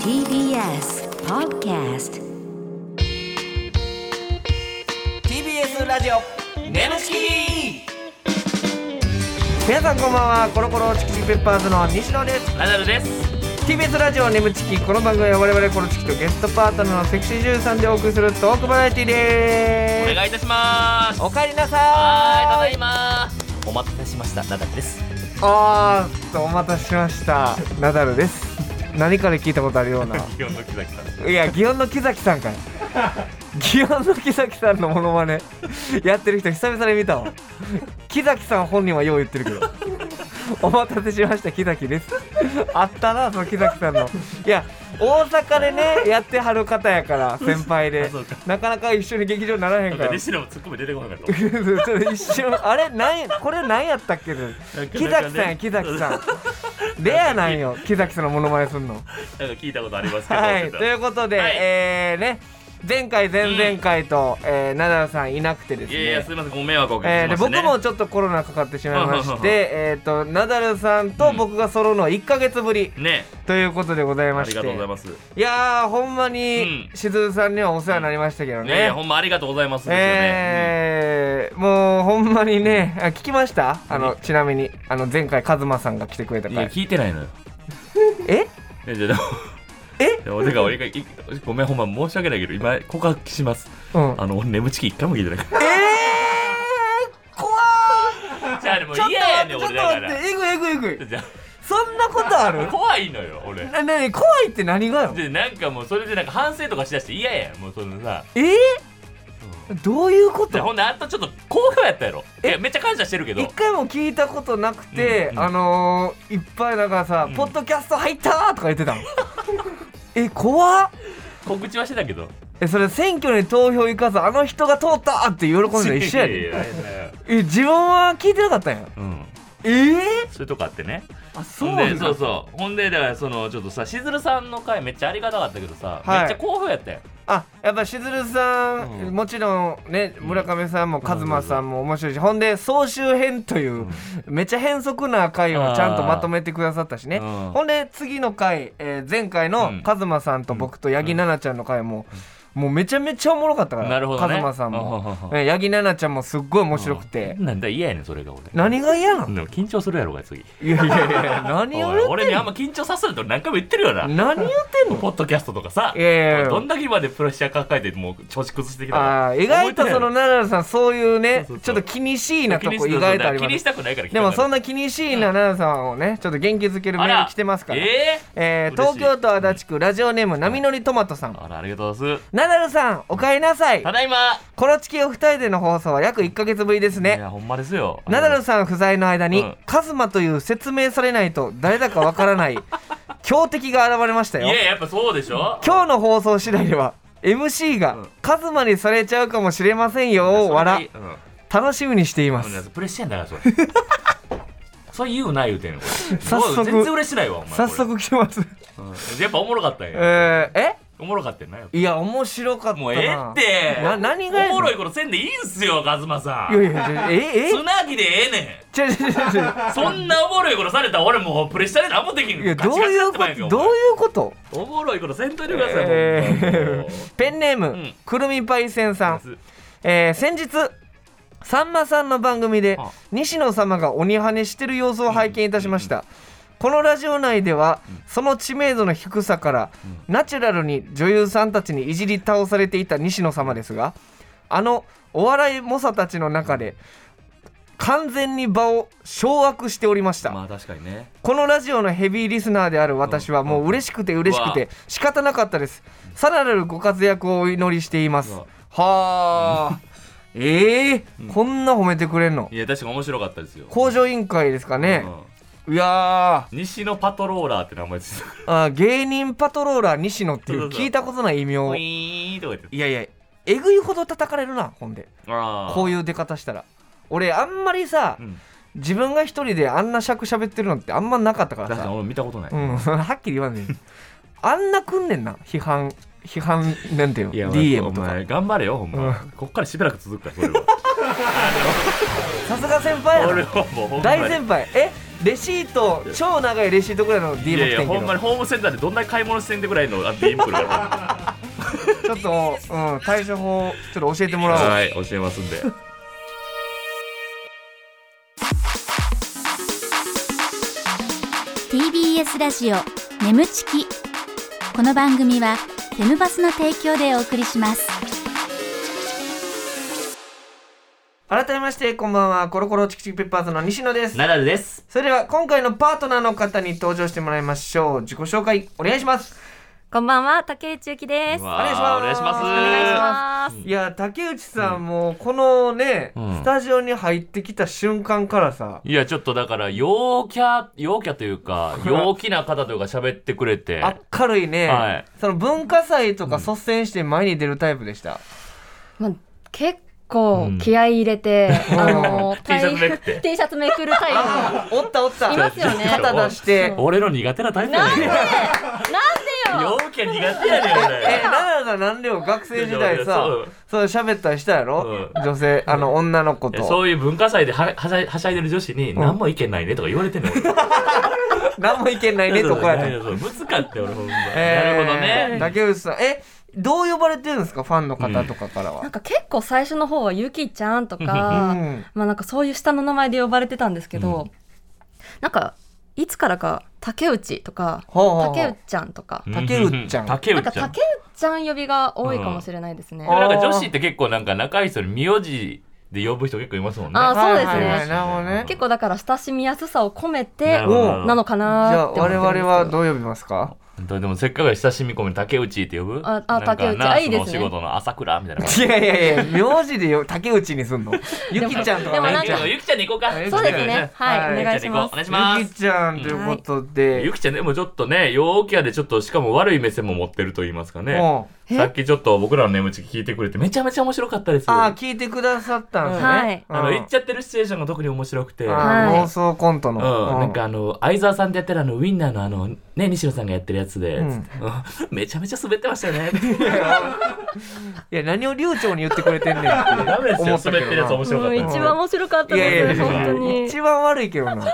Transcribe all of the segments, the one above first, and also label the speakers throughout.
Speaker 1: TBS Podcast
Speaker 2: TBS ラジオネムチキ皆さんこんばんはコロコロチキチキペッパーズの西野です
Speaker 3: ナダルです
Speaker 2: TBS ラジオネムチキこの番組は我々コロチキとゲストパートナーのセクシージューさんでお送りするトークバラエティ
Speaker 3: お
Speaker 2: です
Speaker 3: 願いいたします
Speaker 2: おかえりなさ
Speaker 3: はいただ
Speaker 2: ーい
Speaker 3: いまお待たせしましたナダルです
Speaker 2: あーっとお待たせしましたナダルです何から聞いたことあるような
Speaker 3: 基本の木崎さん
Speaker 2: いや祇園の木崎さ んかい祇園の木崎さんのモノマネやってる人久々に見たわ木崎さん本人はよう言ってるけどお待たせしました木崎ですあったなその木崎さんのいや大阪でねやってはる方やから先輩で
Speaker 3: あそうか
Speaker 2: なかなか一緒に劇場ならへんからち
Speaker 3: 西野もツッコミ出てこなかっ
Speaker 2: ょ っと一瞬 あれなんやこれ何やったっけ、
Speaker 3: ね
Speaker 2: 木崎さんや木崎さんレアなんよ木崎さんのモノマネすんの
Speaker 3: たなんか聞いたことありますけど
Speaker 2: はい、
Speaker 3: ち
Speaker 2: と
Speaker 3: ょっ
Speaker 2: いうことで、
Speaker 3: はい
Speaker 2: えーね、前回、前々回と、えーナダルさんいなくてです
Speaker 3: と
Speaker 2: ね。
Speaker 3: いやいやすみませんご迷惑をおか
Speaker 2: えー
Speaker 3: けし
Speaker 2: で
Speaker 3: ました
Speaker 2: 僕
Speaker 3: ね
Speaker 2: もちょっとコロナかかってしまいま
Speaker 3: は
Speaker 2: し
Speaker 3: はは
Speaker 2: て、えっとナダルさんと僕が揃うのは1か月ぶり
Speaker 3: ね
Speaker 2: ということでござい
Speaker 3: あ
Speaker 2: まし
Speaker 3: り
Speaker 2: て、
Speaker 3: がとうございます
Speaker 2: いやー、ほんまに
Speaker 3: うん
Speaker 2: しずるさんにはお世話になりましたけど
Speaker 3: ねい
Speaker 2: ね
Speaker 3: や。ほんまありがとうございますですよね
Speaker 2: えーもうほんまにね、あ聞きましたあのちなみにあの前回、カズマさんが来てくれた
Speaker 3: うんい
Speaker 2: か
Speaker 3: や
Speaker 2: ら。
Speaker 3: 聞いてないのよ
Speaker 2: え
Speaker 3: ねじゃあでも
Speaker 2: え
Speaker 3: でもてか俺がいごめんほんま申し訳ないけど今告白します
Speaker 2: うん、
Speaker 3: あの俺眠ちき一回も聞いてないから
Speaker 2: えー、怖ー
Speaker 3: じゃあでも
Speaker 2: ちょっと
Speaker 3: 嫌やねん
Speaker 2: 待って
Speaker 3: 俺
Speaker 2: ちょ
Speaker 3: だ
Speaker 2: っと待
Speaker 3: か
Speaker 2: っ
Speaker 3: ら
Speaker 2: てえぐいえぐいえぐい
Speaker 3: じゃ
Speaker 2: そんなことあ
Speaker 3: あ
Speaker 2: る
Speaker 3: 怖いのよ俺
Speaker 2: ななに怖いって何がよ
Speaker 3: でなんかもうそれでなんか反省とかしだして嫌やんもうそのさ
Speaker 2: えー、どういうこ
Speaker 3: でほ
Speaker 2: と
Speaker 3: んであとちょっと好評やったやろいやめっちゃ感謝してるけど
Speaker 2: 一回も聞いたことなくて、
Speaker 3: うんうん
Speaker 2: あのー、いっぱいなんかさ、
Speaker 3: うん
Speaker 2: ポッドキャスト入ったーとか言ってたの え怖っ
Speaker 3: 告知はしてたけど
Speaker 2: えそれ選挙に投票行かずあの人が通ったーって喜んでるの一緒や
Speaker 3: い
Speaker 2: で
Speaker 3: やいやいや
Speaker 2: え自分は聞いてなかったんや
Speaker 3: うん
Speaker 2: えー、
Speaker 3: そういうとこあってね
Speaker 2: あそう
Speaker 3: ほ
Speaker 2: なんん
Speaker 3: でそう
Speaker 2: だ
Speaker 3: そうほんでだからそのちょっとさしずるさんの回めっちゃありがたかったけどさ、
Speaker 2: はい
Speaker 3: めっちゃ好評やったよ
Speaker 2: あやっぱしずるさん、
Speaker 3: うん
Speaker 2: もちろんね
Speaker 3: ん
Speaker 2: 村上さんも和馬さんも面白いし、ほんで総集編という、めちゃ変則な回をちゃんとまとめてくださったしね、
Speaker 3: うん
Speaker 2: ほんで次の回、えー前回
Speaker 3: う
Speaker 2: の
Speaker 3: ん
Speaker 2: 和馬さんと僕と八木奈々ちゃんの回も、もうめちゃめちゃおもろかったから
Speaker 3: なるほどね
Speaker 2: 和馬さん
Speaker 3: うんうんうん
Speaker 2: も、えー八木奈々ちゃんもすっごい面白くて、
Speaker 3: うんなんだ嫌やねんそれが俺
Speaker 2: 何が嫌な
Speaker 3: で
Speaker 2: の
Speaker 3: も緊張するやろが次
Speaker 2: いやいやいや 何を
Speaker 3: おい
Speaker 2: 言っ
Speaker 3: 俺
Speaker 2: てん
Speaker 3: にあ
Speaker 2: の
Speaker 3: んま緊張させると何回も言ってるよな
Speaker 2: 何言ってんの
Speaker 3: ポッドキャストとかさ
Speaker 2: いやいやいや
Speaker 3: どんだけ今でプレッシャー抱えてもう調子崩してきた
Speaker 2: あー意外とその奈々さんそういうね
Speaker 3: そうそうそう
Speaker 2: ちょっと気にしいなと
Speaker 3: 気に
Speaker 2: こ
Speaker 3: し
Speaker 2: 意外とあり
Speaker 3: 気
Speaker 2: ます
Speaker 3: にしたくないから
Speaker 2: でもそん
Speaker 3: な
Speaker 2: な気にしいな奈々さんをねちょっと元気づけるメール来てますから、
Speaker 3: ええ
Speaker 2: えー
Speaker 3: 嬉し
Speaker 2: 東
Speaker 3: い
Speaker 2: 京都足立区ラジオネーム波乗りトマトさん
Speaker 3: あらありがとうございます
Speaker 2: ナダルさんおかえりなさい
Speaker 3: ただいま
Speaker 2: コロチキお二人での放送は約1ヶ月ぶりです
Speaker 3: い
Speaker 2: ね
Speaker 3: やほんまですよ
Speaker 2: ナダルさん不在の間に、
Speaker 3: うん
Speaker 2: カズマという説明されないと誰だかわから ない強敵が現れました
Speaker 3: い
Speaker 2: よ
Speaker 3: ややっぱそうでしょ
Speaker 2: 今日の放送次第では MC が、
Speaker 3: うん
Speaker 2: カズマにされちゃうかもしれませんよを笑
Speaker 3: それうん
Speaker 2: 楽しみにしていま
Speaker 3: そんなや
Speaker 2: す
Speaker 3: つプレッシャーやんだからそれ それ言うな言うてんのこれ
Speaker 2: 早速
Speaker 3: すごい全然嬉しないわお前これ
Speaker 2: 早速来て ます
Speaker 3: うんやっぱおもろかったんや
Speaker 2: えー、え
Speaker 3: おもろかったんやない
Speaker 2: や面白かったな
Speaker 3: もうええって
Speaker 2: な何がやねん
Speaker 3: おもろいことせんでいいんすよカズマさ
Speaker 2: いやい
Speaker 3: ん
Speaker 2: やいや、え、え、
Speaker 3: つなぎでええね
Speaker 2: ちょちょちょちょ
Speaker 3: んそんなおもろいことされたら俺もうプレッシャーで何もできん
Speaker 2: いや、どういうこと、どう
Speaker 3: う
Speaker 2: いうこと。
Speaker 3: お前おもろいことせんといてくださいもう
Speaker 2: え
Speaker 3: も
Speaker 2: ーペンネーム、
Speaker 3: ん
Speaker 2: くるみパイセンさん、
Speaker 3: う
Speaker 2: えー先日。さんまさんの番組で
Speaker 3: あ
Speaker 2: 西野様が鬼跳ねしてる様子を拝見いたしました、このラジオ内では、その知名度の低さから、ナチュラルに女優さんたちにいじり倒されていた西野様ですがあのお笑い猛者たちの中で完全に場を掌握しておりました、
Speaker 3: まあ確かにね
Speaker 2: このラジオのヘビーリスナーである私はもう嬉しくて嬉しく
Speaker 3: う
Speaker 2: て
Speaker 3: わ
Speaker 2: 仕方なかったですさらなるご活躍をお祈りしています
Speaker 3: うわ
Speaker 2: はあええこんな褒めてくれんの
Speaker 3: いや確か面白かったですよ
Speaker 2: 工場委員会ですかね
Speaker 3: うん
Speaker 2: いや
Speaker 3: 西のパトローラーって名前ついてた
Speaker 2: ーあー芸人パトローラー西野ってい
Speaker 3: そううそうそう
Speaker 2: 聞いたことない異名
Speaker 3: ウ
Speaker 2: をい
Speaker 3: ィーンとか言って
Speaker 2: やいやえぐいほど叩かれるなほんで
Speaker 3: あ
Speaker 2: こう
Speaker 3: いう
Speaker 2: いう出方したら俺あんまりさ
Speaker 3: うん
Speaker 2: 自分が一人であんな尺喋ってるのってあんまなかったから
Speaker 3: 確か
Speaker 2: さ
Speaker 3: に俺見たことない
Speaker 2: うん、 はっきり言わんねん。あんなくんねんな、批判、批判、なんていうの、
Speaker 3: いや
Speaker 2: DM
Speaker 3: お
Speaker 2: とか。
Speaker 3: 前頑張れよほんまこっからしば らく続くからそれは
Speaker 2: さすが先輩や
Speaker 3: 俺
Speaker 2: な
Speaker 3: はもうほんま
Speaker 2: 大
Speaker 3: に
Speaker 2: 先輩。え、レシート超長いレシートぐらいの D
Speaker 3: い
Speaker 2: も
Speaker 3: やい
Speaker 2: 来て
Speaker 3: や
Speaker 2: ん
Speaker 3: ほ
Speaker 2: け
Speaker 3: ん
Speaker 2: ど
Speaker 3: まにホームセンターでどんな買い物してんでぐらいのあビーンプルが
Speaker 2: ちょっと、うん、対処法ちょっと教えてもらおう
Speaker 3: はい教えますんで
Speaker 4: ー TBS ラジオ眠ちきこの番組はフェムバスの提供でお送りします
Speaker 2: 改めましてこんばんはコロコロチキチキペッパーズの西野です
Speaker 3: ナダルです
Speaker 2: それでは今回のパートナーの方に登場してもらいましょう自己紹介お願いします
Speaker 5: こんばんは、竹内ゆきです。お願いし
Speaker 3: わあお願いします
Speaker 2: お願いし
Speaker 5: ます。
Speaker 2: いや竹内さん、もうこのね、
Speaker 3: うん
Speaker 2: スタジオに入ってきた瞬間からさ
Speaker 3: いやちょっとだから陽キャ陽キャというか陽気な方というか喋ってくれて
Speaker 2: 明るいね、
Speaker 3: はい
Speaker 2: その文化祭とか率先して前に出るタイプでした、
Speaker 5: まあ、結構気合い入 れて、
Speaker 2: ん
Speaker 5: あの
Speaker 3: T シャツめくって
Speaker 5: T シャツめくるタイプ。なん
Speaker 2: おったおった
Speaker 5: いますよね
Speaker 2: 肩出して
Speaker 3: 俺の苦手なタイプやねん
Speaker 5: でよ。
Speaker 3: 陽キャ苦手やねん
Speaker 2: え、
Speaker 3: 俺
Speaker 2: 奈良さん何でも学生時代さ
Speaker 3: そう、
Speaker 2: そう喋ったりしたやろ、
Speaker 3: う
Speaker 2: 女性、あの、女の子
Speaker 3: いやそ
Speaker 2: と。
Speaker 3: ういう文化祭でははしゃいはしゃいでる女子に何も意見ないねとか言われてんの俺
Speaker 2: 何もいけないね、とこや
Speaker 3: い
Speaker 2: ね
Speaker 3: やそうぶつかって俺ほんまな
Speaker 2: え
Speaker 3: る
Speaker 2: ー
Speaker 3: ほどね
Speaker 2: 竹内さん、え、どう呼ばれてるんですかファンの方とかから
Speaker 5: なん
Speaker 2: は。
Speaker 5: か結構最初の方はゆきちゃんと
Speaker 2: う
Speaker 5: か、
Speaker 2: ん。
Speaker 5: まあなんかそういう下の名前で呼ばれてたんですけど、なんかいつからか竹内とか、
Speaker 2: ほうほうほう
Speaker 5: 竹内ちゃんとか、
Speaker 2: 竹内ちゃん
Speaker 3: 竹
Speaker 5: な
Speaker 3: 内
Speaker 5: んか
Speaker 3: ちゃん
Speaker 5: 竹内ちゃん呼びが多いかもしれないですね。
Speaker 2: うん
Speaker 3: なんか女子って結構なんか仲いい人に名字で呼ぶ人結構いますもんね
Speaker 5: あそうですね
Speaker 2: はいはいはいなるほどね。
Speaker 5: 結構だから親しみやすさを込めて
Speaker 3: なるほど
Speaker 5: なの
Speaker 2: じ
Speaker 5: か
Speaker 2: ゃ
Speaker 5: な
Speaker 2: あ、
Speaker 5: ーって思っ
Speaker 2: 我
Speaker 5: て
Speaker 2: 々
Speaker 5: るんですけど
Speaker 2: はどう呼びますか
Speaker 3: でもせっかくやし親しみ込み竹内って呼ぶ
Speaker 5: あ
Speaker 3: な
Speaker 5: あ
Speaker 3: んか
Speaker 5: 竹内
Speaker 3: ナース
Speaker 5: あいいですね
Speaker 3: のお仕事の朝倉みたいな感じ
Speaker 2: いやいやいや、名字でよ竹内にすんの。ゆきちゃんとか
Speaker 5: でもな
Speaker 2: な
Speaker 5: か
Speaker 2: いちゃん。
Speaker 3: ゆきちゃんで行こうか
Speaker 2: はい
Speaker 5: そうですね。はい、
Speaker 2: はい
Speaker 5: お願いします
Speaker 3: お。願いしま
Speaker 2: ゆき
Speaker 3: す
Speaker 2: ちゃんということ
Speaker 3: ゆ
Speaker 2: で。
Speaker 3: きちゃんでもちょっとね陽キャでちょっとしかも悪い目線も持ってると言いますかね
Speaker 2: も
Speaker 5: え
Speaker 3: さっきちょっと僕らの眠ちき聞いてくれてめちゃめちゃ面白かったです
Speaker 2: うんああ、
Speaker 3: あ
Speaker 2: 聞いてくださったんですね。
Speaker 5: はい
Speaker 2: うん
Speaker 3: の言っちゃってるシチュエーションが特に面白くて
Speaker 5: い
Speaker 2: あー妄想コントの。
Speaker 3: うん、
Speaker 2: う
Speaker 3: なんかあの相沢さんでやってるあのウィンナーのあのね西野さんがやってる
Speaker 2: うん
Speaker 3: やつで、つってうんめちゃめちゃ滑ってましたよね
Speaker 2: いや、何を流暢に言ってくれてんねんって
Speaker 3: ダメです
Speaker 2: 思
Speaker 3: よ
Speaker 2: った
Speaker 3: 滑
Speaker 2: け
Speaker 3: ってるやつ
Speaker 2: ど
Speaker 3: 面
Speaker 2: な。
Speaker 3: 白かった
Speaker 5: うん一番面白かった
Speaker 2: いや
Speaker 5: で
Speaker 2: い
Speaker 5: す、
Speaker 2: やい
Speaker 5: 本
Speaker 2: や
Speaker 5: 当に。
Speaker 2: 一番悪いけどな。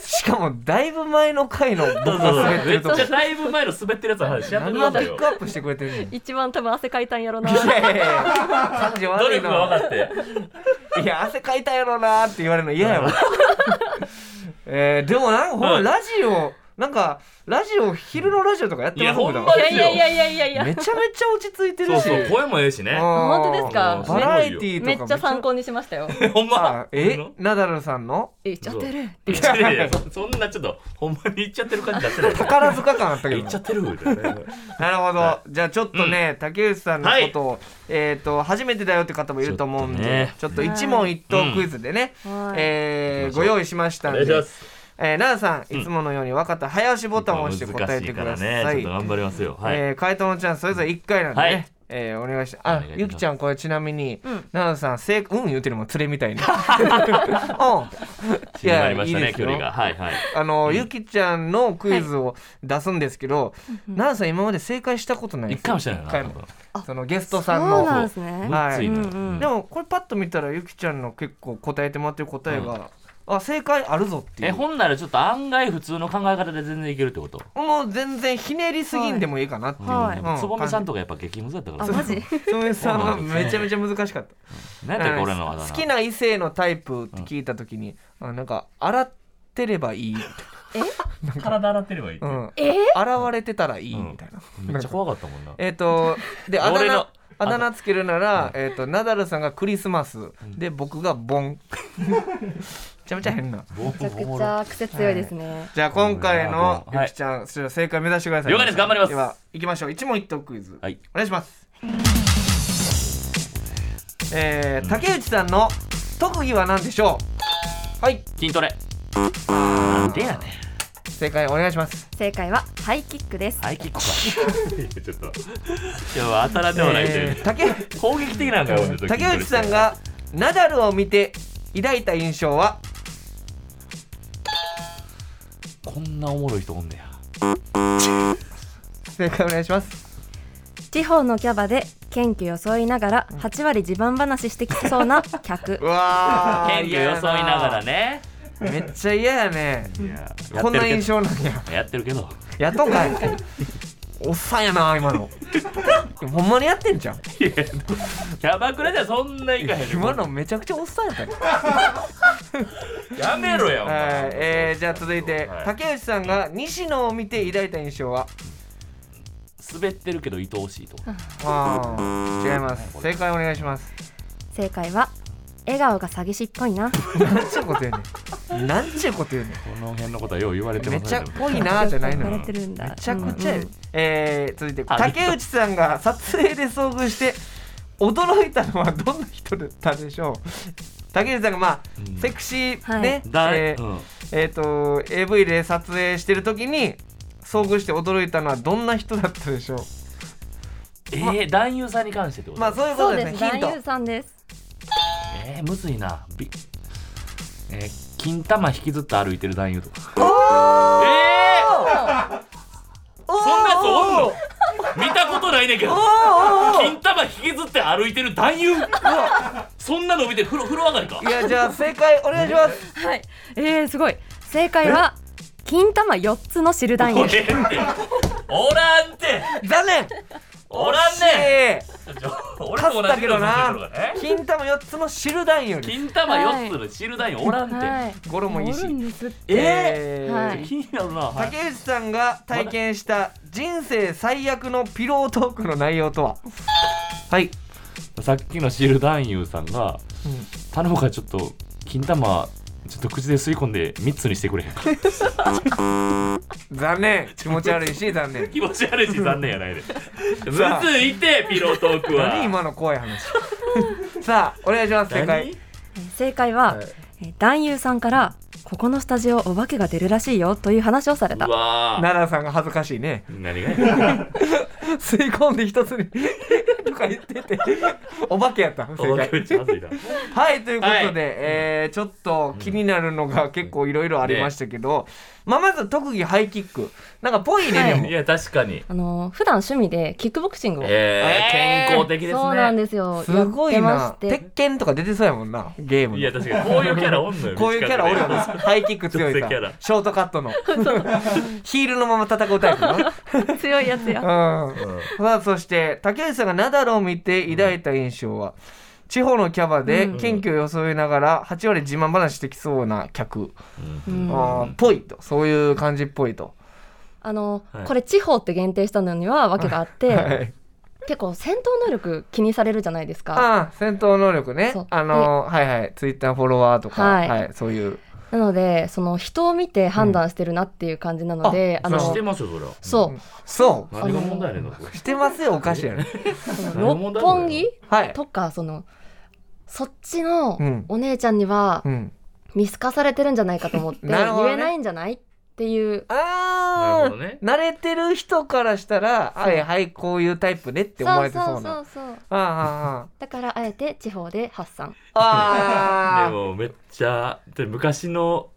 Speaker 2: しかも、だいぶ前の回の僕
Speaker 3: そう
Speaker 2: が
Speaker 3: そうそう
Speaker 2: 滑って
Speaker 3: めっ
Speaker 2: るとこ
Speaker 3: ちゃ。だいぶ前の滑ってるやつの話やっ
Speaker 2: 何
Speaker 3: てく
Speaker 2: をピ
Speaker 3: ださい
Speaker 2: ッ
Speaker 3: よ
Speaker 2: クアップしてくれてんねん。い
Speaker 5: 一番多分汗かいたんやろな。
Speaker 2: やいやいや、感じ
Speaker 3: 努
Speaker 2: 悪い
Speaker 3: 力が分
Speaker 2: な。
Speaker 3: かって
Speaker 2: いや、汗かいたやろなーって言われるの嫌や わ。えーでもなんか、ほんま
Speaker 3: うん
Speaker 2: ラジオ、なんか、ラジオ、昼のラジオとかやって
Speaker 3: い
Speaker 2: ま
Speaker 3: や
Speaker 2: せん普
Speaker 3: ほん
Speaker 2: 段
Speaker 3: ま
Speaker 5: い
Speaker 3: で
Speaker 5: や
Speaker 3: す
Speaker 5: い
Speaker 3: よ
Speaker 5: やいやいやいやいや。
Speaker 2: めちゃめちゃ落ち着いて
Speaker 3: そ
Speaker 2: る
Speaker 3: う
Speaker 2: し。
Speaker 3: そう声もええしね
Speaker 5: 本当ですか
Speaker 2: バラエティーとか
Speaker 5: めっちゃ参考にしましたよ。
Speaker 3: ほんま
Speaker 2: あえナダルさんの
Speaker 5: え、ちゃってる。
Speaker 3: いやいやいやそそんなちょっとほんまに言っちゃってる感じ出して ない
Speaker 2: 宝塚感あったけど
Speaker 3: 言っちゃってるみたいな
Speaker 2: なるほど、
Speaker 3: は
Speaker 2: じゃあちょっとね、竹内さんのことを、えっ、と初めてだよって方もいると思うんでちょ,、
Speaker 3: ち
Speaker 2: っと一問一答クイズでね、
Speaker 5: はい
Speaker 2: えー
Speaker 3: 行きましょ
Speaker 2: ご
Speaker 3: う
Speaker 2: 用意しました
Speaker 3: お
Speaker 2: ん
Speaker 3: 願
Speaker 2: で
Speaker 3: いします
Speaker 2: えー、奈良さんいつものように分かった早押しボタンを押して答えてくださ
Speaker 3: 難しからね
Speaker 2: い
Speaker 3: ちょっと頑張りますよはい、
Speaker 2: えー回答のチャンスそれぞれ1回なんでね、
Speaker 3: はい
Speaker 2: えーお願いして
Speaker 3: お
Speaker 2: あ
Speaker 3: 願いします
Speaker 2: ゆきちゃんこれちなみに
Speaker 5: ん
Speaker 2: 奈良、さんせいうん言うてるもん連れみ たいにうんい
Speaker 3: 縮まりま
Speaker 2: い
Speaker 3: し
Speaker 2: い
Speaker 3: たね
Speaker 2: です
Speaker 3: 距
Speaker 2: よ
Speaker 3: 離がはいはい
Speaker 2: あの、ゆきちゃんのクイズを出すんですけど、奈良さん今まで正解したことないん
Speaker 3: 一
Speaker 2: ですよ
Speaker 3: 回もしてない
Speaker 2: 一
Speaker 3: な
Speaker 2: 回もそのゲストさん
Speaker 5: そうなん
Speaker 2: の
Speaker 5: ですね。
Speaker 2: はい
Speaker 3: ついのよ
Speaker 5: うんうん
Speaker 2: でもこれパッと見たらゆきちゃんの結構答えてもらってる答えが、あ正解あるぞってい
Speaker 3: え
Speaker 2: う
Speaker 3: 本ならちょっと案外普通の考え方で全然いけるってこと
Speaker 2: もう全然ひねりすぎんでもいいかなっていう、
Speaker 5: はい
Speaker 2: うん
Speaker 3: つぼみさんとかやっぱ激ムズだったから
Speaker 5: あ、マジ。
Speaker 2: つぼみさんはめちゃめちゃ難しかった
Speaker 3: 何やったっけ俺のあだ名
Speaker 2: 好きな異性のタイプって聞いた時に、あなんか洗ってればいい、
Speaker 3: 体洗ってればいいって
Speaker 2: うん、
Speaker 5: え
Speaker 2: 洗われてたらいいみたいな、
Speaker 3: めっちゃ怖かったもんな
Speaker 2: えっ、と、で、あだ
Speaker 3: 俺
Speaker 2: 名
Speaker 3: の。
Speaker 2: あだ名つけるなら、えっ、と、ナダルさんがクリスマス、で、僕がボン。めちゃめちゃ変な。
Speaker 3: め
Speaker 5: めちゃくちゃ癖強いですね。
Speaker 2: じゃあ、今回の
Speaker 3: はい
Speaker 2: ゆきちゃん、それでは正解目指してください。
Speaker 3: 了解です頑張ります
Speaker 2: では、行きましょう。一問一答クイズ。
Speaker 3: はい
Speaker 2: お願いします。えー、竹内さんの特技は何でしょう。はい、
Speaker 3: 筋トレなんでやねん
Speaker 2: 正解お願いします。
Speaker 5: 正解はハイキックです。
Speaker 3: ハイキックか ちょっと今日は当たらんでもないという
Speaker 2: えー 竹
Speaker 3: 攻撃的なんかよ
Speaker 2: 竹内さんがナダルを見て抱いた印象は。
Speaker 3: こんなおもろい人おんねや
Speaker 2: 正解お願いします。
Speaker 5: 地方のキャバで謙虚装いながら8割自慢話してきそうな客。
Speaker 2: うわ
Speaker 3: 謙虚装いながら
Speaker 2: ね
Speaker 3: ね
Speaker 2: めっちゃ嫌やね
Speaker 3: いや
Speaker 2: こんな印
Speaker 3: やっ
Speaker 2: 象なんや
Speaker 3: てるけどやって
Speaker 2: やっと
Speaker 3: る けど
Speaker 2: んかいおっさんやな今の いやほんまにやってんじゃん
Speaker 3: いやキャバクラじゃそんないかへんねん
Speaker 2: 今のめちゃくちゃおっさんやったよ
Speaker 3: やめろよお
Speaker 2: はい
Speaker 3: 前
Speaker 2: えー、じゃあ続いて
Speaker 3: はい
Speaker 2: 竹内さんが西野を見て抱いた印象は
Speaker 3: 滑ってるけど愛おしいと
Speaker 2: あー違います正解お願いします
Speaker 5: 正解は笑顔が詐欺師っぽいな
Speaker 2: なんちゅうこと言う ねんなんちゅうこと言うね
Speaker 3: この辺のことはよう言われて
Speaker 2: ん
Speaker 3: ま
Speaker 2: め
Speaker 3: す
Speaker 2: ちゃっぽいなーじゃないの
Speaker 5: 言わ
Speaker 2: よ
Speaker 5: れてるんだ
Speaker 2: めちゃくちゃや、
Speaker 5: うんうん
Speaker 2: えー、続いて
Speaker 3: あ
Speaker 2: 竹内さんが撮影で遭遇して驚いたのはどんな人だったでしょう竹内さんがまあ、
Speaker 3: うん
Speaker 2: セクシー
Speaker 5: はい
Speaker 2: ね、
Speaker 3: だ
Speaker 2: えー
Speaker 3: うん
Speaker 2: えーと AV で撮影してる時に遭遇して驚いたのはどんな人だったでしょ
Speaker 3: えー、男優さんに関してってこ
Speaker 2: う
Speaker 3: と
Speaker 2: まあそういうこ
Speaker 5: そ
Speaker 2: と
Speaker 5: う
Speaker 2: です
Speaker 5: で
Speaker 2: ね
Speaker 5: す
Speaker 2: ヒン
Speaker 5: 男優
Speaker 2: ト
Speaker 5: さんです
Speaker 3: えー、むずいなびえー、金玉引きずって歩いてる男優とか
Speaker 2: おー
Speaker 3: えー、そんなやつおんの見たことないねんけど
Speaker 2: おーおー
Speaker 3: 金玉引きずって歩いてる男優 そんなの見て風呂風呂上がりか
Speaker 2: いやじゃあ正解お願いします
Speaker 5: はいえー、すごい正解は金玉4つの汁
Speaker 3: お
Speaker 5: 男
Speaker 3: らん
Speaker 5: 優
Speaker 3: ておらんて
Speaker 2: 残念
Speaker 3: おらんね
Speaker 2: 惜しい
Speaker 3: んちょ俺
Speaker 2: 勝
Speaker 3: と
Speaker 2: っ
Speaker 3: 同じ
Speaker 2: たけどな
Speaker 3: ことしてるからね
Speaker 2: 金玉4つの汁団より
Speaker 3: 金玉4つの汁男優おらんて、
Speaker 5: はい
Speaker 2: 語呂もいいし
Speaker 5: おるんですって
Speaker 3: え
Speaker 2: えー
Speaker 5: は
Speaker 3: ー、
Speaker 5: い
Speaker 3: 気になるな、はい
Speaker 2: 竹内さんが体験した人生最悪のピロートークの内容と ははい、
Speaker 3: さっきの汁男優さんが
Speaker 2: うん
Speaker 3: 頼むからちょっと金玉ちょっと口で吸い込んで3つにしてくれへんか
Speaker 2: 残念気持ち悪いし残念
Speaker 3: 気持ち 悪いし残念や ないで
Speaker 2: さあ
Speaker 3: 6ついてピロートーク
Speaker 2: 何
Speaker 3: は
Speaker 2: 今の怖い話 さあお願いします正解
Speaker 5: 正解は、
Speaker 2: はい
Speaker 5: えー男優さんからここのスタジオお化けが出るらしいよという話をされた
Speaker 3: うわー
Speaker 2: 奈良さんが恥ずかしいね
Speaker 3: 何が
Speaker 2: 吸い込んで一つに とか言っててお化けやった正
Speaker 3: お
Speaker 2: 解
Speaker 3: めっちゃまずいな
Speaker 2: はいということで、
Speaker 3: はい
Speaker 2: えーちょっと気になるのが結構いろいろありましたけど、まあ、まず特技ハイキックなんかぽいね、
Speaker 5: は
Speaker 2: で
Speaker 5: い
Speaker 2: も
Speaker 3: いや確かに
Speaker 5: あのー普段趣味でキックボクシングを、
Speaker 3: えー、
Speaker 2: えー
Speaker 3: 健康的ですね
Speaker 5: そうなんですよ
Speaker 2: すごい
Speaker 5: や
Speaker 2: な
Speaker 5: ってまし
Speaker 2: 鉄
Speaker 5: て
Speaker 2: 拳とか出てそうやもんなゲームの
Speaker 3: いや確かにこういうキャラおんのよ
Speaker 2: こういうキャラおるよね
Speaker 3: ね
Speaker 2: ハイキック強いさ
Speaker 3: 女性キャラ
Speaker 2: ショートカッ トのヒールのまま戦うタイプの
Speaker 5: 強いやつや
Speaker 2: うんさあそして竹内さんがナダルを見て抱いた印象は、地方のキャバで
Speaker 5: うん
Speaker 2: 謙虚を装いながら8割自慢話してきそうな客
Speaker 5: うん
Speaker 2: あーぽいとそういう感じっぽいと。
Speaker 5: あのー
Speaker 3: はい
Speaker 5: これ地方って限定したのには訳があって、
Speaker 2: はい、
Speaker 5: 結構戦闘能力気にされるじゃないですか
Speaker 2: ああ戦闘能力ね
Speaker 5: そう
Speaker 2: あのはいはいツイッターフォロワーとか、は
Speaker 5: はいい
Speaker 2: そういう
Speaker 5: なのでその人を見て判断してるなっていう感じなので、
Speaker 2: うん
Speaker 5: あ
Speaker 2: あ
Speaker 5: の
Speaker 3: 知っ
Speaker 5: ー
Speaker 3: てますよそれは
Speaker 5: そう
Speaker 2: そ
Speaker 3: 何が問題やねんなこれ
Speaker 2: うしてますよおかしいやろ
Speaker 5: そ
Speaker 3: 何が
Speaker 5: の
Speaker 3: 問
Speaker 5: 六
Speaker 3: 題なの
Speaker 5: 本木
Speaker 2: はい、
Speaker 5: とかそのそっちの
Speaker 2: うん
Speaker 5: お姉ちゃんには
Speaker 2: うん、
Speaker 5: 見透かされてるんじゃないかと思って
Speaker 2: なるほどね
Speaker 5: 言えないんじゃないっていう
Speaker 2: あ
Speaker 3: な
Speaker 2: あ、
Speaker 3: るほどね
Speaker 2: 慣れてる人からしたらはいはいこういうタイプねって思われてそうな
Speaker 5: そうそうそうそう
Speaker 2: ああ
Speaker 5: だからあえて地方で発散
Speaker 2: あああ
Speaker 3: でもめっちゃで昔の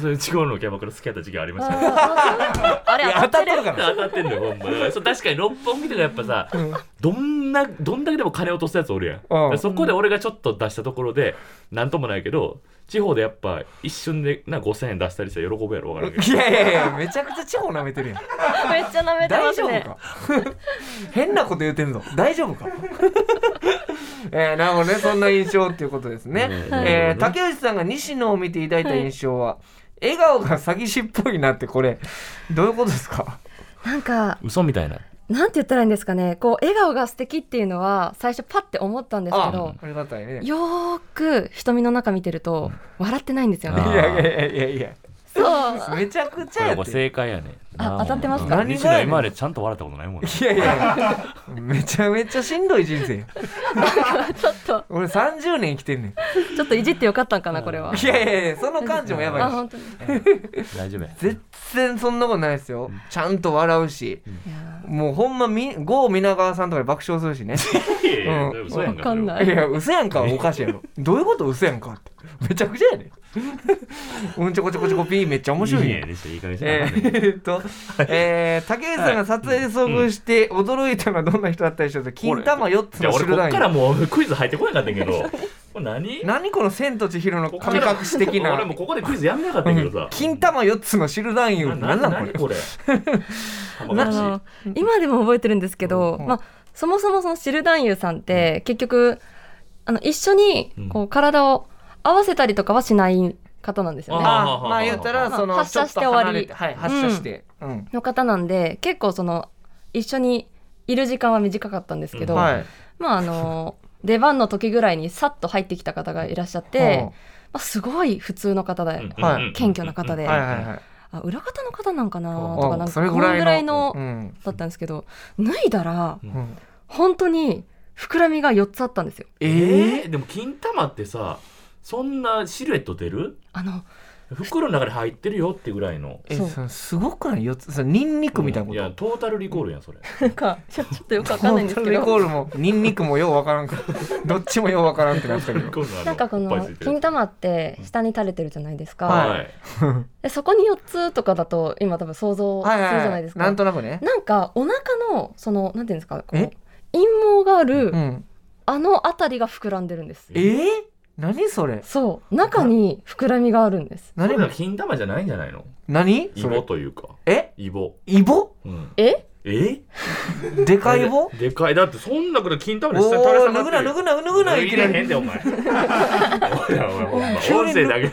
Speaker 3: そういう地方のキャバクラ好きやった時期ありましたね
Speaker 5: ああ
Speaker 2: あい
Speaker 5: れ
Speaker 2: や
Speaker 5: 当
Speaker 2: 当
Speaker 5: た
Speaker 2: た
Speaker 5: っ
Speaker 2: ってて
Speaker 5: る
Speaker 2: るから
Speaker 3: 当たってんのよほんまだからそう確かに六本木とかやっぱさ、
Speaker 2: ん
Speaker 3: どんなどんだけでも金落とすやつおるやん、だからそこで俺がちょっと出したところでなんともないけど地方でやっぱ一瞬でな5000円出したりしたら喜ぶやろわからんけど
Speaker 2: いやいやいやめちゃくちゃ地方舐めてる やん
Speaker 5: めっちゃ舐めてま
Speaker 2: 大
Speaker 5: す
Speaker 2: 丈夫
Speaker 5: ね
Speaker 2: か 変なこと言ってんぞ大丈夫か えー、なるほどねそんな印象っていうことですね、
Speaker 3: うん
Speaker 2: えー、竹内さんが西野を見て抱いた印象は、笑顔が詐欺師っぽいなってこれどういうことですか
Speaker 5: なんか
Speaker 3: 嘘みたいな
Speaker 5: なんて言ったらいいんですかねこう笑顔が素敵っていうのは最初パッて思ったんですけ
Speaker 2: あ
Speaker 5: ど
Speaker 2: ありがたいねい
Speaker 5: よーく瞳の中見てると笑ってないんですよ
Speaker 3: あ
Speaker 5: ね
Speaker 3: ー
Speaker 2: やいやいやいや
Speaker 5: そう
Speaker 2: めちゃくち
Speaker 3: こ
Speaker 2: ゃ
Speaker 3: れ
Speaker 2: や
Speaker 3: こ
Speaker 2: って
Speaker 3: れ正解やね
Speaker 5: あ
Speaker 3: な
Speaker 5: 当たってます
Speaker 3: ほ
Speaker 5: か
Speaker 3: ん
Speaker 2: 何
Speaker 3: 西
Speaker 2: がや
Speaker 3: 野
Speaker 2: ねん
Speaker 3: 今までちゃんと笑ったことないもんね
Speaker 2: いやいやめちゃめちゃしんどい人生
Speaker 5: ちょっと
Speaker 2: 俺30年生きてんねん
Speaker 5: ちょっといじってよかったんかなこれはい
Speaker 2: やいやいやその感じもやばい
Speaker 5: あ
Speaker 2: し
Speaker 5: 本当に
Speaker 3: 大丈夫や
Speaker 2: 全然そんなことないですよ、ちゃんと笑うし、
Speaker 5: いや
Speaker 2: もうほんまみ郷皆川さんとかで爆笑するしね
Speaker 3: いやいや
Speaker 2: うん
Speaker 3: 嘘やん
Speaker 5: わかんない
Speaker 2: いや嘘やんかはおかしいやろどういうこと嘘やんかってめちゃくちゃやねうんちょこちょこちょこピーめっちゃ面
Speaker 3: 面白
Speaker 2: 白
Speaker 3: い
Speaker 2: い
Speaker 3: ねいや
Speaker 2: ね
Speaker 3: いい加減にしな
Speaker 2: えー、っと、えー、竹内さんが撮影で遭遇して驚いたのはどんな人だったでしょうか金玉4つ
Speaker 3: じゃ
Speaker 2: の
Speaker 3: あ俺
Speaker 2: 汁
Speaker 3: こ
Speaker 2: だ
Speaker 3: っ
Speaker 2: ん
Speaker 3: か
Speaker 2: よ
Speaker 3: らもうクイズ入ってこなかったんやけどこれ何
Speaker 2: 何この「千と千尋」の神隠し的な
Speaker 3: 俺もここでクイズやめなかったけどさ
Speaker 2: 金玉4つの汁男優
Speaker 3: な
Speaker 2: 何なんこ
Speaker 3: 何
Speaker 2: れ
Speaker 3: これ
Speaker 5: あ
Speaker 3: 玉
Speaker 5: の今でも覚えてるんですけど、
Speaker 2: うん
Speaker 5: まあ、そもそもそのシルダンユさんって、結局あの一緒にこう体を合わせたりとかはしない方なんですよね。
Speaker 2: あまあ言ったら
Speaker 5: まあ
Speaker 2: その
Speaker 5: 発射して終わり
Speaker 2: ちょっと離れてはい発射してうん
Speaker 5: の方なんで結構その一緒にいる時間は短かったんですけど、
Speaker 3: うん
Speaker 2: はい
Speaker 5: まああの出番の時ぐらいにさっと入ってきた方がいらっしゃって、まあ、すごい普通の方で、
Speaker 2: はい
Speaker 5: 謙虚な方
Speaker 2: う
Speaker 5: で、
Speaker 2: んはいはいはい
Speaker 5: あ裏方の方なんかな
Speaker 3: うん
Speaker 5: とかなんか
Speaker 2: そ
Speaker 5: こ
Speaker 2: れ
Speaker 5: の
Speaker 2: ぐ
Speaker 5: ぐ
Speaker 2: らいの
Speaker 5: らいの
Speaker 2: うん
Speaker 5: だったんですけど脱いだら
Speaker 2: うん
Speaker 5: 本当に膨らみが4つあったんですよ。
Speaker 3: え
Speaker 2: え
Speaker 3: ーでも金玉ってさそんなシルエット出る
Speaker 5: あの
Speaker 3: 袋の中に入ってるよってぐらいの
Speaker 2: え
Speaker 5: そう
Speaker 2: そのすごくない四つそのニンニクみたいなこ
Speaker 3: い
Speaker 2: と
Speaker 3: やトータルリコールやんそれ
Speaker 5: なんかいやちょっとよくわかんないんですけ
Speaker 2: レコー
Speaker 5: ど
Speaker 2: ルもニンニクもようわからんからどっちもようわからんってなったけど
Speaker 5: なんかこの金玉って下に垂れてるじゃないですか、
Speaker 2: はい
Speaker 5: でそこに4つとかだと今多分想像するじゃないですか、
Speaker 2: なんとなくね
Speaker 5: なんかお腹のそのなんていうんですかこ
Speaker 2: え
Speaker 5: う陰毛がある、
Speaker 2: うん
Speaker 5: あの辺りが膨らんでるんです
Speaker 2: えー何それ
Speaker 5: そう中に膨らみがあるんです
Speaker 3: 何が
Speaker 2: 何
Speaker 3: 金玉じゃないんじゃないの
Speaker 2: 何
Speaker 3: イ
Speaker 2: そ
Speaker 3: ボ
Speaker 2: れ
Speaker 3: というか
Speaker 2: え
Speaker 3: イボ、
Speaker 2: イボ
Speaker 3: うん、
Speaker 5: え
Speaker 3: え
Speaker 2: でかいイボ
Speaker 3: でかいだってそんなくらい金玉
Speaker 2: お
Speaker 3: で下に垂れ下
Speaker 2: ー
Speaker 3: が
Speaker 2: 脱
Speaker 3: って
Speaker 2: ぐ
Speaker 3: る
Speaker 2: な脱ぐな脱ぐないきな
Speaker 3: 脱いでへ
Speaker 2: り
Speaker 3: んでお前おいおいほんま音声だけ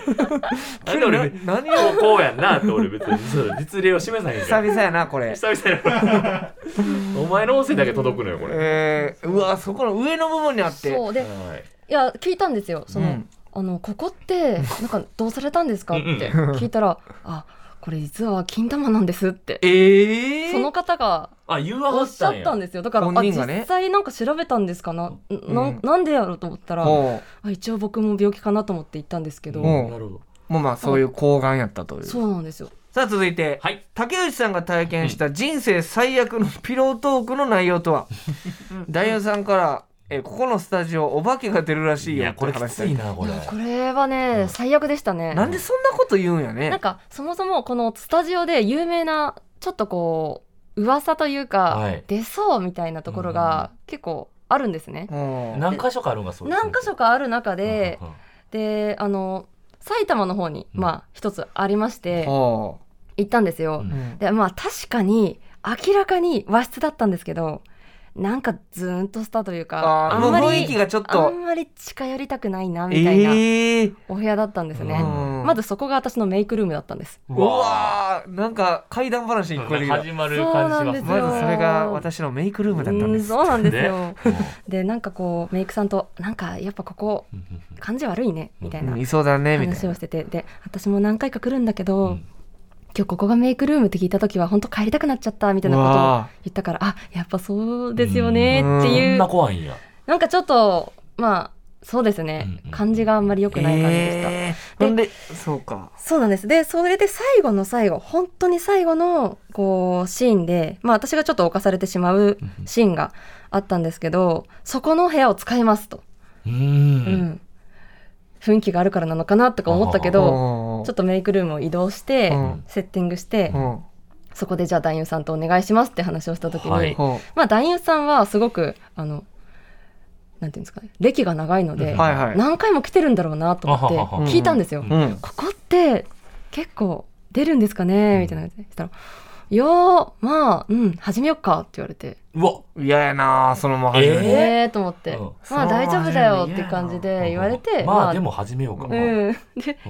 Speaker 2: 急に
Speaker 3: なん
Speaker 2: な何
Speaker 3: で俺こ
Speaker 2: を
Speaker 3: うこうやんなって俺別にその実例を示さへんか
Speaker 2: 久
Speaker 3: ら
Speaker 2: 々やなこれ
Speaker 3: 久々やお前の音声だけ届くのよこれ、
Speaker 2: えー、うわそこの上の部分にあって
Speaker 5: そうで
Speaker 3: はい
Speaker 5: いや聞いたんですよその、
Speaker 2: うん
Speaker 5: あのここってなんかどうされたんですかっ
Speaker 3: うんうん
Speaker 5: て聞いたらあこれ実は金玉なんですって
Speaker 2: ええー、
Speaker 5: その方が
Speaker 3: あ言わは
Speaker 5: おっ
Speaker 3: っ
Speaker 5: しゃ
Speaker 3: たん
Speaker 5: っ
Speaker 3: や
Speaker 5: たんですよだから、あ
Speaker 2: 本人がね
Speaker 5: 実際なんか調べたんですかな、な
Speaker 2: うん
Speaker 5: ん、なんでやろうと思ったら、
Speaker 2: も
Speaker 5: あ一応僕も病気かなと思って行ったんですけど、
Speaker 2: うん
Speaker 3: なるほど
Speaker 2: うもうまあそういう睾丸やったという
Speaker 5: そうなんですよ
Speaker 2: さあ続いて、
Speaker 3: はい
Speaker 2: 竹内さんが体験した人生最悪のピロートークの内容とは 大優さんから、えーここのスタジオお化けが出るらしい
Speaker 3: い
Speaker 2: よ
Speaker 3: や
Speaker 2: って
Speaker 3: これき
Speaker 2: 話し
Speaker 3: つ
Speaker 2: た
Speaker 3: いなこれ
Speaker 5: これはね、最悪でしたね
Speaker 2: なんでそんなこと言うんやね
Speaker 5: なんかそもそもこのスタジオで有名なちょっとこう噂というか、
Speaker 3: はい
Speaker 5: 出そうみたいなところが結構あるんですね。
Speaker 2: うん
Speaker 3: 何箇所かあるんがそう
Speaker 5: 何箇所かある中で、
Speaker 3: うんうん
Speaker 5: であの埼玉の方に、
Speaker 3: うん
Speaker 5: まあ一つありまして
Speaker 2: あ
Speaker 5: 行ったんです
Speaker 3: う
Speaker 5: よ。
Speaker 3: ん
Speaker 2: あうん
Speaker 5: でまあ確かに明らかに和室だったんですけどなんかズーンとしたというか
Speaker 2: あー
Speaker 5: んま
Speaker 2: もう雰囲気
Speaker 5: り
Speaker 2: がちょっ
Speaker 5: あ
Speaker 2: と
Speaker 5: んまり近寄りたくないなみたいな
Speaker 2: ええー、
Speaker 5: お部屋だったんですね、
Speaker 2: うん
Speaker 5: まずそこが私のメイクルームだったんです
Speaker 2: うわーなんか怪談話に聞こえるけど
Speaker 3: 始まる感じします
Speaker 5: そう
Speaker 2: ま
Speaker 5: なんですよ
Speaker 2: ずそれが私のメイクルームだったんで
Speaker 5: うん
Speaker 2: す
Speaker 5: そうなんですよ、
Speaker 3: うん
Speaker 5: でなんかこうメイクさんとなんかやっぱここ感じ悪いねみたいな
Speaker 2: うんいそうだねみたい
Speaker 5: 話
Speaker 2: な
Speaker 5: をしててで私も何回か来るんだけど、
Speaker 3: うん
Speaker 5: 今日ここがメイクルームって聞いた時は本当帰りたくなっちゃったみたいなこと
Speaker 2: う
Speaker 5: を
Speaker 2: わ
Speaker 5: 言ったからあやっぱそうですよねっ
Speaker 3: そ
Speaker 5: てい
Speaker 3: ん
Speaker 5: う
Speaker 3: な怖いんや
Speaker 5: なんかちょっとまあそうですね、
Speaker 3: うんうん
Speaker 5: 感じがあんまり良
Speaker 2: ー
Speaker 5: くない感じでした、
Speaker 2: えー、ほんでそうか
Speaker 5: そうなんですでそれで最後の最後本当に最後のこうシーンで、まあ、私がちょっと侵されてしまうシーンがあったんですけどそこの部屋を使いますと、
Speaker 3: う
Speaker 5: うんん、雰囲気があるからなのかなとか思ったけ
Speaker 2: ど
Speaker 5: どちょっとメイクルームを移動して、
Speaker 2: うん
Speaker 5: セッティングして、
Speaker 2: うん
Speaker 5: そこでじゃあ男優さんとお願いしますって話をした時に、
Speaker 3: はい
Speaker 2: ほ
Speaker 5: まあ男優さんはすごくあのなんていうんですかね歴が長いので、
Speaker 2: うはいはい
Speaker 5: 何回も来てるんだろうなと思
Speaker 3: あはは
Speaker 5: っ
Speaker 3: は
Speaker 5: て聞いたんですよ。
Speaker 3: うん
Speaker 2: うん
Speaker 5: ここって結構出るんですか
Speaker 3: うん
Speaker 5: ねみたいな感じでしたら「いやーまあうん始めよっか」って言われて
Speaker 3: うわ
Speaker 2: 嫌やなあそのまま始める
Speaker 3: え
Speaker 5: 「え
Speaker 3: ー
Speaker 5: えー」と思って
Speaker 3: うん
Speaker 5: 「まあ大丈夫だよ」っていう感じ
Speaker 2: そ
Speaker 5: で言われて
Speaker 3: まあでも始めようか
Speaker 5: う。ん、で
Speaker 3: うん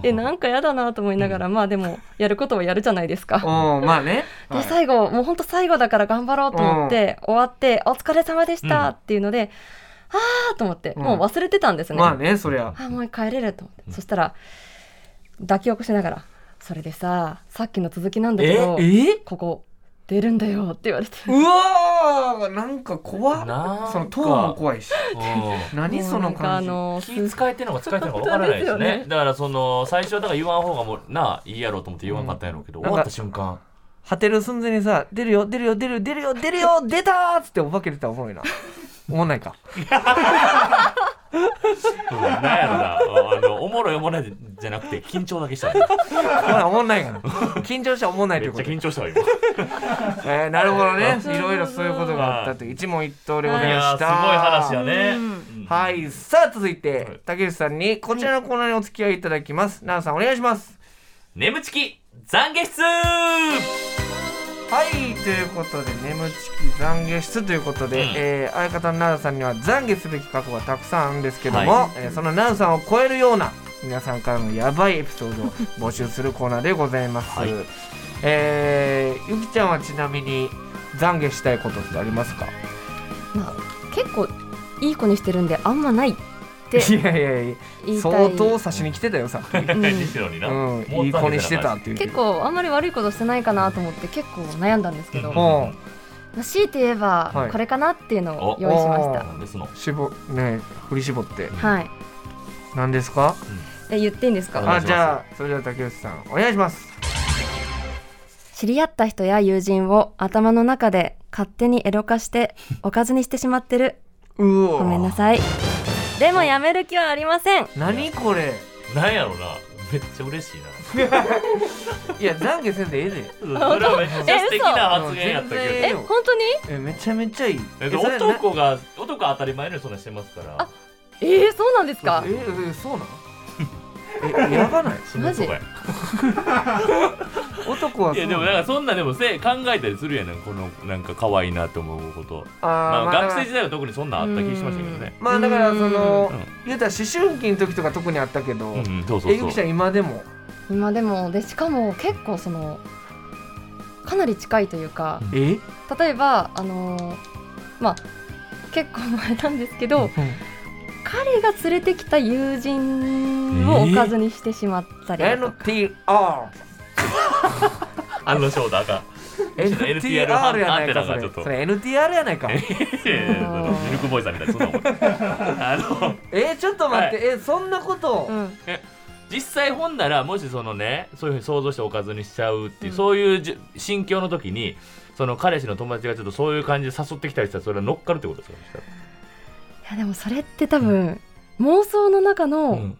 Speaker 5: えなんかやだなと思いながら、まあでもやることはやるじゃないですか。
Speaker 2: うんまあね
Speaker 5: で最後もうほんと最後だから頑張ろうと思って、終わって「お疲れ様でした」っていうので「あー」と思って、
Speaker 2: うん
Speaker 5: もう忘れてたんですね。
Speaker 2: まあねそりゃ
Speaker 5: あもう帰れると思って、そしたら抱き起こしながら「それでささっきの続きなんだけど
Speaker 2: え
Speaker 5: ここ出るんだよ」って言われて
Speaker 2: うわーなんか怖っ
Speaker 3: なんか
Speaker 2: その塔も怖いし
Speaker 3: うん
Speaker 2: 何その感じ
Speaker 5: もうなんかあの
Speaker 3: 気使えてるのか使えてるのか分からないです
Speaker 5: 本当です
Speaker 3: ね
Speaker 5: よね
Speaker 3: だからその最初はだから言わん方がもうなあいいやろうと思って言わんかったんやろうけど、
Speaker 2: うん
Speaker 3: 終わった瞬間
Speaker 2: 果てる寸前にさ出るよ出るよ出るよ出るよ出るよ出たーっつってお化け出たらおもろいな思わないか
Speaker 3: うんなんやろなあのおもろいおもろいじゃなくて緊張だけしたわ
Speaker 2: ほら、おもんない から。緊張したらおもんないとい
Speaker 3: め
Speaker 2: う
Speaker 3: っち
Speaker 2: こと。
Speaker 3: ゃ緊張したわ今
Speaker 2: えー、なるほどね。いろいろそういうことがあったという一問一答でございました。
Speaker 3: すごい話やねうん
Speaker 2: はい、さあ続い
Speaker 3: は
Speaker 2: て
Speaker 3: い
Speaker 2: 竹内さんにこちらのコーナーにお付き合いいただきます。奈良さんお願いします。
Speaker 3: 眠ちき懺悔室
Speaker 2: はい、ということで眠ちき懺悔室ということで、
Speaker 3: うん
Speaker 2: えー相方の奈良さんには懺悔すべき過去がたくさんあるんですけども、
Speaker 3: は
Speaker 2: えーその奈良さんを超えるような皆さんからのやばいエピソードを募集するコーナーでございます。
Speaker 3: はい
Speaker 2: えーゆきちゃんはちなみに懺悔したいことってありますか？
Speaker 5: まあ、結構いい子にしてるんであんまないって
Speaker 2: いやいやいや。
Speaker 5: 言いた
Speaker 2: 相
Speaker 5: い
Speaker 2: 当差しに来てたよさっき、 う
Speaker 5: うん
Speaker 3: 西野にな、
Speaker 2: ん、
Speaker 3: もう
Speaker 2: いい子にしてたっていう
Speaker 5: 結構あんまり悪いことしてないかなと思って結構悩んだんですけど、
Speaker 3: うん
Speaker 5: ま
Speaker 2: も
Speaker 5: あ強いて言え
Speaker 2: は
Speaker 5: ば
Speaker 2: い
Speaker 5: これかなっていうのを
Speaker 3: お
Speaker 5: 用意しまし
Speaker 2: お
Speaker 5: た
Speaker 3: なんですの
Speaker 2: う絞ね振り絞って
Speaker 5: はい
Speaker 2: 何ですか
Speaker 5: え言っていいんです
Speaker 3: お
Speaker 5: か
Speaker 3: 願い
Speaker 2: あ
Speaker 3: します
Speaker 2: じゃあそれでは竹内さんお願いします
Speaker 5: 知り合った人や友人を頭の中で勝手にエロ化しておかずにしてしまってる
Speaker 2: う
Speaker 5: ごめん
Speaker 2: お
Speaker 5: なさいでもやめる気はありません
Speaker 2: 何これ
Speaker 3: なんやろなめっちゃ嬉し いない
Speaker 2: や懺悔せんでええで
Speaker 3: それはめっちゃ素敵な発言やった
Speaker 2: え嘘
Speaker 3: け
Speaker 5: え
Speaker 2: うん
Speaker 5: 本当
Speaker 2: え
Speaker 5: に
Speaker 2: めちゃめちゃいい
Speaker 3: ど。だって
Speaker 2: それな
Speaker 3: 男が男は当たり前のようにそんなしてますから。
Speaker 5: あえー、そうなんですか
Speaker 2: ええそうなのえやばない
Speaker 3: 死ぬとこや
Speaker 2: 男はそう
Speaker 3: いやでもなんかそんなでもせ考えたりするやんこのなんか可愛いなって思うこと。
Speaker 2: あーま
Speaker 3: ま
Speaker 2: あ
Speaker 3: あ学生時代は特にそんなんあった気がしましたけどね。
Speaker 2: まあだからその
Speaker 3: うん
Speaker 2: 言うたら思春期の時とか特にあったけど、
Speaker 3: うんうんそうそ
Speaker 2: え
Speaker 3: う
Speaker 2: ゆき
Speaker 3: そ
Speaker 2: ちゃ
Speaker 3: う。
Speaker 2: ん今でも
Speaker 5: 今でもでしかも結構そのかなり近いというか
Speaker 2: え
Speaker 5: 例えばあのーまあ結構前なんですけど彼が連れてきた友人をおかずにしてしまったりだとか
Speaker 2: NTR
Speaker 3: あのショー だか。
Speaker 2: NTR やないかそれそれ NTR やないか
Speaker 3: いやいやいやそのミルクボーイさんみたいなそんなもん。あの
Speaker 2: えちょっと待ってえそんなこと
Speaker 5: う
Speaker 2: を
Speaker 5: ん
Speaker 3: 実際本ならもしそのねそういうふうに想像しておかずにしちゃうっていう、
Speaker 5: うん
Speaker 3: そういうじ心境の時にその彼氏の友達がちょっとそういう感じで誘ってきたりしたらそれは乗っかるってことですよね。
Speaker 5: いやでもそれって多分妄想の中の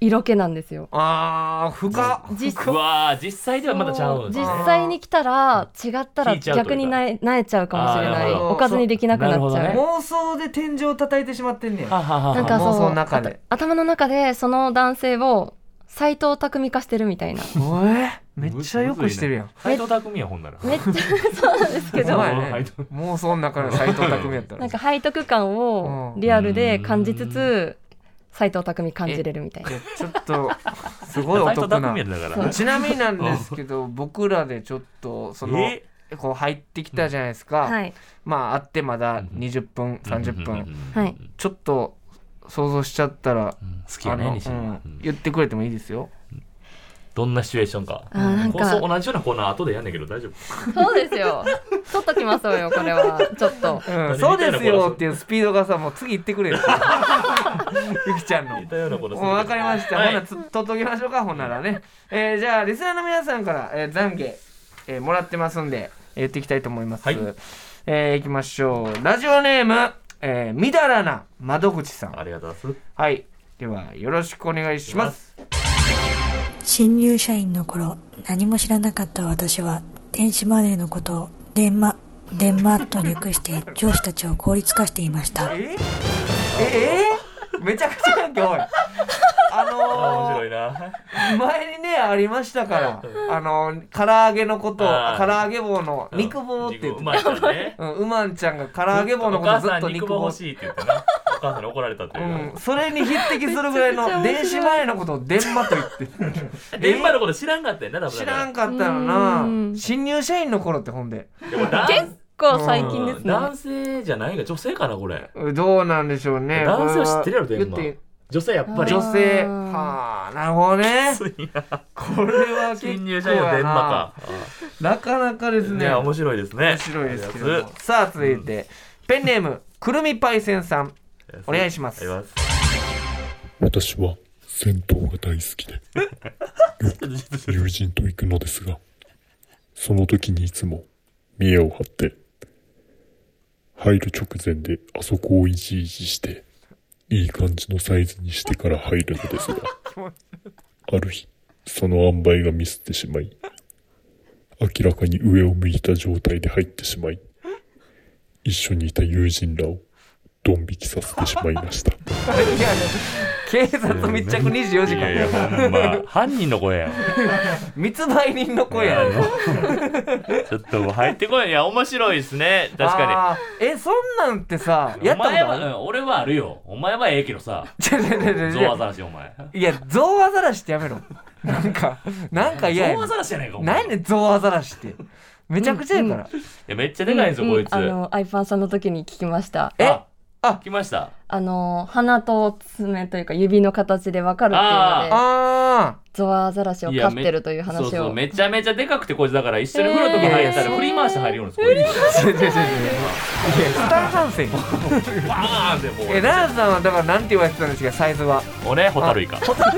Speaker 5: 色気なんですよ、
Speaker 2: あー深っ
Speaker 5: 実
Speaker 3: うわー実際ではまだちゃうん
Speaker 5: 実
Speaker 3: ね
Speaker 5: 際に来たら違ったら
Speaker 3: 引いちゃうというか
Speaker 5: 逆になえなえちゃうかもしれ
Speaker 3: あーな
Speaker 5: な
Speaker 3: る
Speaker 5: い
Speaker 3: ほ
Speaker 2: ど
Speaker 5: おかずにできなくなっちゃう
Speaker 3: な
Speaker 5: な,、
Speaker 3: るほどね
Speaker 2: 妄想で天井を叩いてしまってんねや
Speaker 3: ははは
Speaker 5: んか
Speaker 2: 妄
Speaker 5: そ
Speaker 2: 想の
Speaker 5: う
Speaker 2: 中で
Speaker 5: あた頭の中でその男性を斎藤匠化してるみた いな
Speaker 2: おえめっちゃよくしてるやん
Speaker 3: 斎藤匠やほんなら。
Speaker 5: めっちゃそうなんですけ
Speaker 2: お
Speaker 5: ど
Speaker 3: まい
Speaker 2: 前ね妄想の中の斎藤匠やったら
Speaker 5: なんか背徳感をリアルで感じつつ斎藤匠感じれるみたいな。
Speaker 2: いやちょっとすごいお
Speaker 3: 藤
Speaker 2: 得な
Speaker 3: 匠やだか
Speaker 5: そ
Speaker 3: ら。
Speaker 5: う
Speaker 2: ちなみになんですけど僕らでちょっとその
Speaker 3: え
Speaker 2: こう入ってきたじゃないですか、
Speaker 5: はい、
Speaker 2: まあ会ってまだ20分30分、
Speaker 5: はい
Speaker 2: ちょっと想像しちゃったら、
Speaker 3: うん好き
Speaker 2: あ
Speaker 3: やね
Speaker 2: の、
Speaker 3: 西
Speaker 2: う
Speaker 3: 野
Speaker 2: ん
Speaker 3: うん
Speaker 2: 言ってくれてもいいですよ。
Speaker 3: どんなシチュエーションか。
Speaker 5: あーなん
Speaker 3: こうそう
Speaker 5: か
Speaker 3: 同じようなコーナー後でやんねんけど大丈夫。
Speaker 5: そうです よ取っときましょうよこれはちょっと
Speaker 2: うん、
Speaker 3: 誰
Speaker 2: そうですよっていうスピードがさ、もう次行ってくれよ。 ゆきちゃんの
Speaker 3: 似。たようなことするけ
Speaker 2: も
Speaker 3: ど
Speaker 2: う分かりました。
Speaker 3: はい
Speaker 2: ほな、つ、とっときましょうか、ほんならね。えーじゃあ、リスナーの皆さんから、えー、懺悔、えーもらってますんで、えー言っていきたいと思います。
Speaker 3: はい
Speaker 2: えー行きましょう。ラジオネーム、えー、みだらな窓口さん。
Speaker 3: ありがとうございます。
Speaker 2: はい。では、よろしくお願いします。
Speaker 6: 新入社員の頃何も知らなかった私は電子マネーのことをデンマデンマークと略して上司たちを効率化していました
Speaker 2: えええーめちゃくちゃやんけ、おい。あ
Speaker 3: あー面
Speaker 2: のー
Speaker 3: 白いな。
Speaker 2: 前にねありましたからあの唐揚げのこと
Speaker 3: あー
Speaker 2: 唐揚げ棒の肉棒って言って
Speaker 3: うまいからね。
Speaker 2: うんうまんちゃんが唐揚げ棒の
Speaker 3: お
Speaker 2: こ
Speaker 3: 母
Speaker 2: とず
Speaker 3: さ
Speaker 2: っ
Speaker 3: ん
Speaker 2: と
Speaker 3: 肉
Speaker 2: 肉
Speaker 3: 棒
Speaker 2: 棒、
Speaker 3: 欲しいって言ってな。お母さんに怒られたっていううん
Speaker 2: それに匹敵するぐらい の電子前のことを電話と言って
Speaker 3: か。 電話のこと知らんかったよな、多分
Speaker 2: 知らん
Speaker 3: か
Speaker 2: かったよ
Speaker 5: うん
Speaker 2: な新入社員の頃ってほんで
Speaker 3: った。
Speaker 5: 結構最近ですね
Speaker 3: 男性じゃないが女性かな、これ。
Speaker 2: どうなんでしょうね
Speaker 3: 男性は知ってるやろ
Speaker 2: これは
Speaker 3: 電話
Speaker 2: 言って
Speaker 3: 女性やっぱり。
Speaker 5: あー
Speaker 2: 女性はあなるほどねこれは結構やな
Speaker 3: 新入社員の電話か。
Speaker 2: なかなかです
Speaker 3: ね
Speaker 2: ね
Speaker 3: 面白いですね。
Speaker 2: 面白いですけど
Speaker 3: あり
Speaker 2: も
Speaker 3: がとう
Speaker 2: さあ続いて、ペンネームくるみパイセンさんお願いします
Speaker 3: ございます。
Speaker 7: 私は戦闘が大好きで、
Speaker 3: あります
Speaker 7: 友人と行くのですが、その時にいつも見栄を張って、入る直前であそこをいじいじして、いい感じのサイズにしてから入るのですが、ある日、その塩梅がミスってしまい、明らかに上を向いた状態で入ってしまい、一緒にいた友人らをドン引きさせてしまいました。
Speaker 2: いや警察密着24時
Speaker 3: いやい
Speaker 2: 間
Speaker 3: やほんま犯人の声やん
Speaker 2: 密売人の子や
Speaker 3: いやあのちょっともう入ってこいいや面白いですね確か
Speaker 2: あーえそんなんってさ
Speaker 3: に
Speaker 2: やっ
Speaker 3: お
Speaker 2: たこと
Speaker 3: 前
Speaker 2: あ
Speaker 3: は
Speaker 2: る
Speaker 3: うん俺はあるよお前はええけどさ
Speaker 2: ちょちょちょちょ
Speaker 3: ゾウアザラシお前
Speaker 2: いやゾウアザラシってやめろなんかなんか嫌や
Speaker 3: ゾウア
Speaker 2: な
Speaker 3: ザラシやないかお前
Speaker 2: 何やねんゾウアザラシってめちゃくちゃやから、
Speaker 3: いやめっちゃでかいんですよ、
Speaker 5: うんうん
Speaker 3: こいつ
Speaker 5: あの、アイパンさんの時に聞きました。
Speaker 2: え
Speaker 3: あ
Speaker 2: あ
Speaker 3: 来ました
Speaker 5: あの、鼻と爪というか指の形でわかるっていうので、
Speaker 2: あ
Speaker 5: ゾワアザラシを
Speaker 3: いや
Speaker 5: 飼ってるという
Speaker 3: め
Speaker 5: 話を。
Speaker 3: そうそうめちゃめちゃでかくてこいつだから一緒に風呂とか入ったら
Speaker 5: えー
Speaker 3: 振り回して入るようなんですこい
Speaker 2: あちょちょちょちょいやスタンハンセン
Speaker 3: つバーンってもう
Speaker 2: えラーさんはだからなんて言われてたんですかサイズは
Speaker 3: 俺ホタルイカ
Speaker 2: ホタ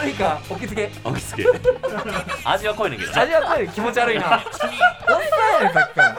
Speaker 2: ルイカお気付け
Speaker 3: おきつけ 味は濃いねんけどな
Speaker 2: 味わかる気持ち悪いなおっさんやねんさっきから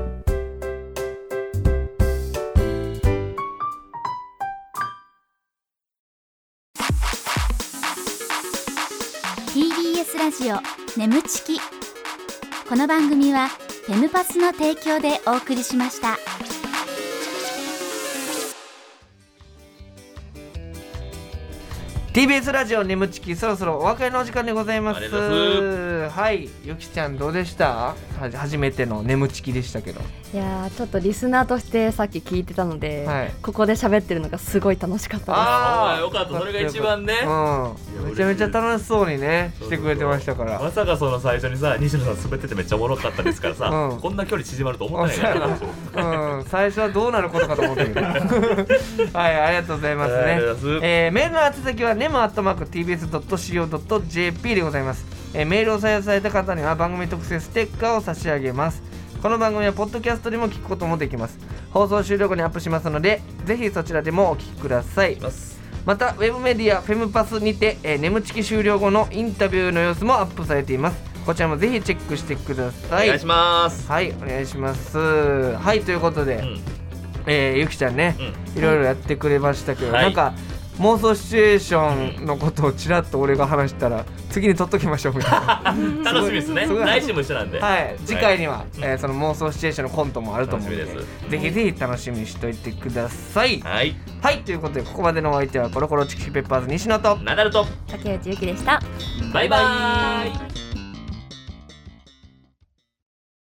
Speaker 4: TBS ラジオ眠ちきこの番組はフェムパスの提供でお送りしました
Speaker 2: ー TBS ラジオ眠ちきそろそろお別れのお時間でございま
Speaker 3: あ
Speaker 2: す
Speaker 3: りがとうござい
Speaker 2: はいゆきちゃんどうでしたはじ初めての眠ちきでしたけど
Speaker 5: いやーちょっとリスナーとしてさっき聞いてたので、
Speaker 2: はい
Speaker 5: ここで喋ってるのがすごい楽しかった
Speaker 3: あ
Speaker 2: あー
Speaker 3: あよかったそれが一番ね
Speaker 2: うん
Speaker 3: いや
Speaker 2: めちゃめちゃ楽しそうにねしてくれてましたから
Speaker 3: まさかその最初にさ西野さん滑っててめっちゃおもろかったですからさ、
Speaker 2: うん
Speaker 3: こんな距離縮まると思ってないから
Speaker 2: あそううん、最初はどうなることかと思って るはいありがとうございます
Speaker 3: あ
Speaker 2: ね
Speaker 3: りがとうございます
Speaker 2: えーメールの宛先は nemo.tbs.co.jp でございます、えーメールを採用された方には番組特製ステッカーを差し上げますこの番組はポッドキャストでも聞くこともできます放送終了後にアップしますのでぜひそちらでもお聞きくださいまたウェブメディアフェムパスにて、えー、眠ちき終了後のインタビューの様子もアップされていますこちらもぜひチェックしてくだ
Speaker 3: お
Speaker 2: さい
Speaker 3: 願いします、
Speaker 2: はいお願いしますはいということで、
Speaker 3: うん
Speaker 2: えーゆきちゃんね、いろいろやってくれましたけど、
Speaker 3: はい
Speaker 2: なんか妄想シチュエーションのことをちらっと俺が話したら次に取っときましょうみた いな
Speaker 3: 楽しみですね
Speaker 2: すごい
Speaker 3: 来週も一緒なんで、
Speaker 2: はい次回には、えーその妄想シチュエーションのコントもあると思うんで
Speaker 3: 楽しみです
Speaker 2: ぜひぜひ楽しみにしておいてくださいはい、
Speaker 3: はい
Speaker 2: ということでここまでのお相手はコロコロチキチキペッパーズ西野と
Speaker 3: ナダルと
Speaker 5: 竹内ゆきでした
Speaker 3: バイバイ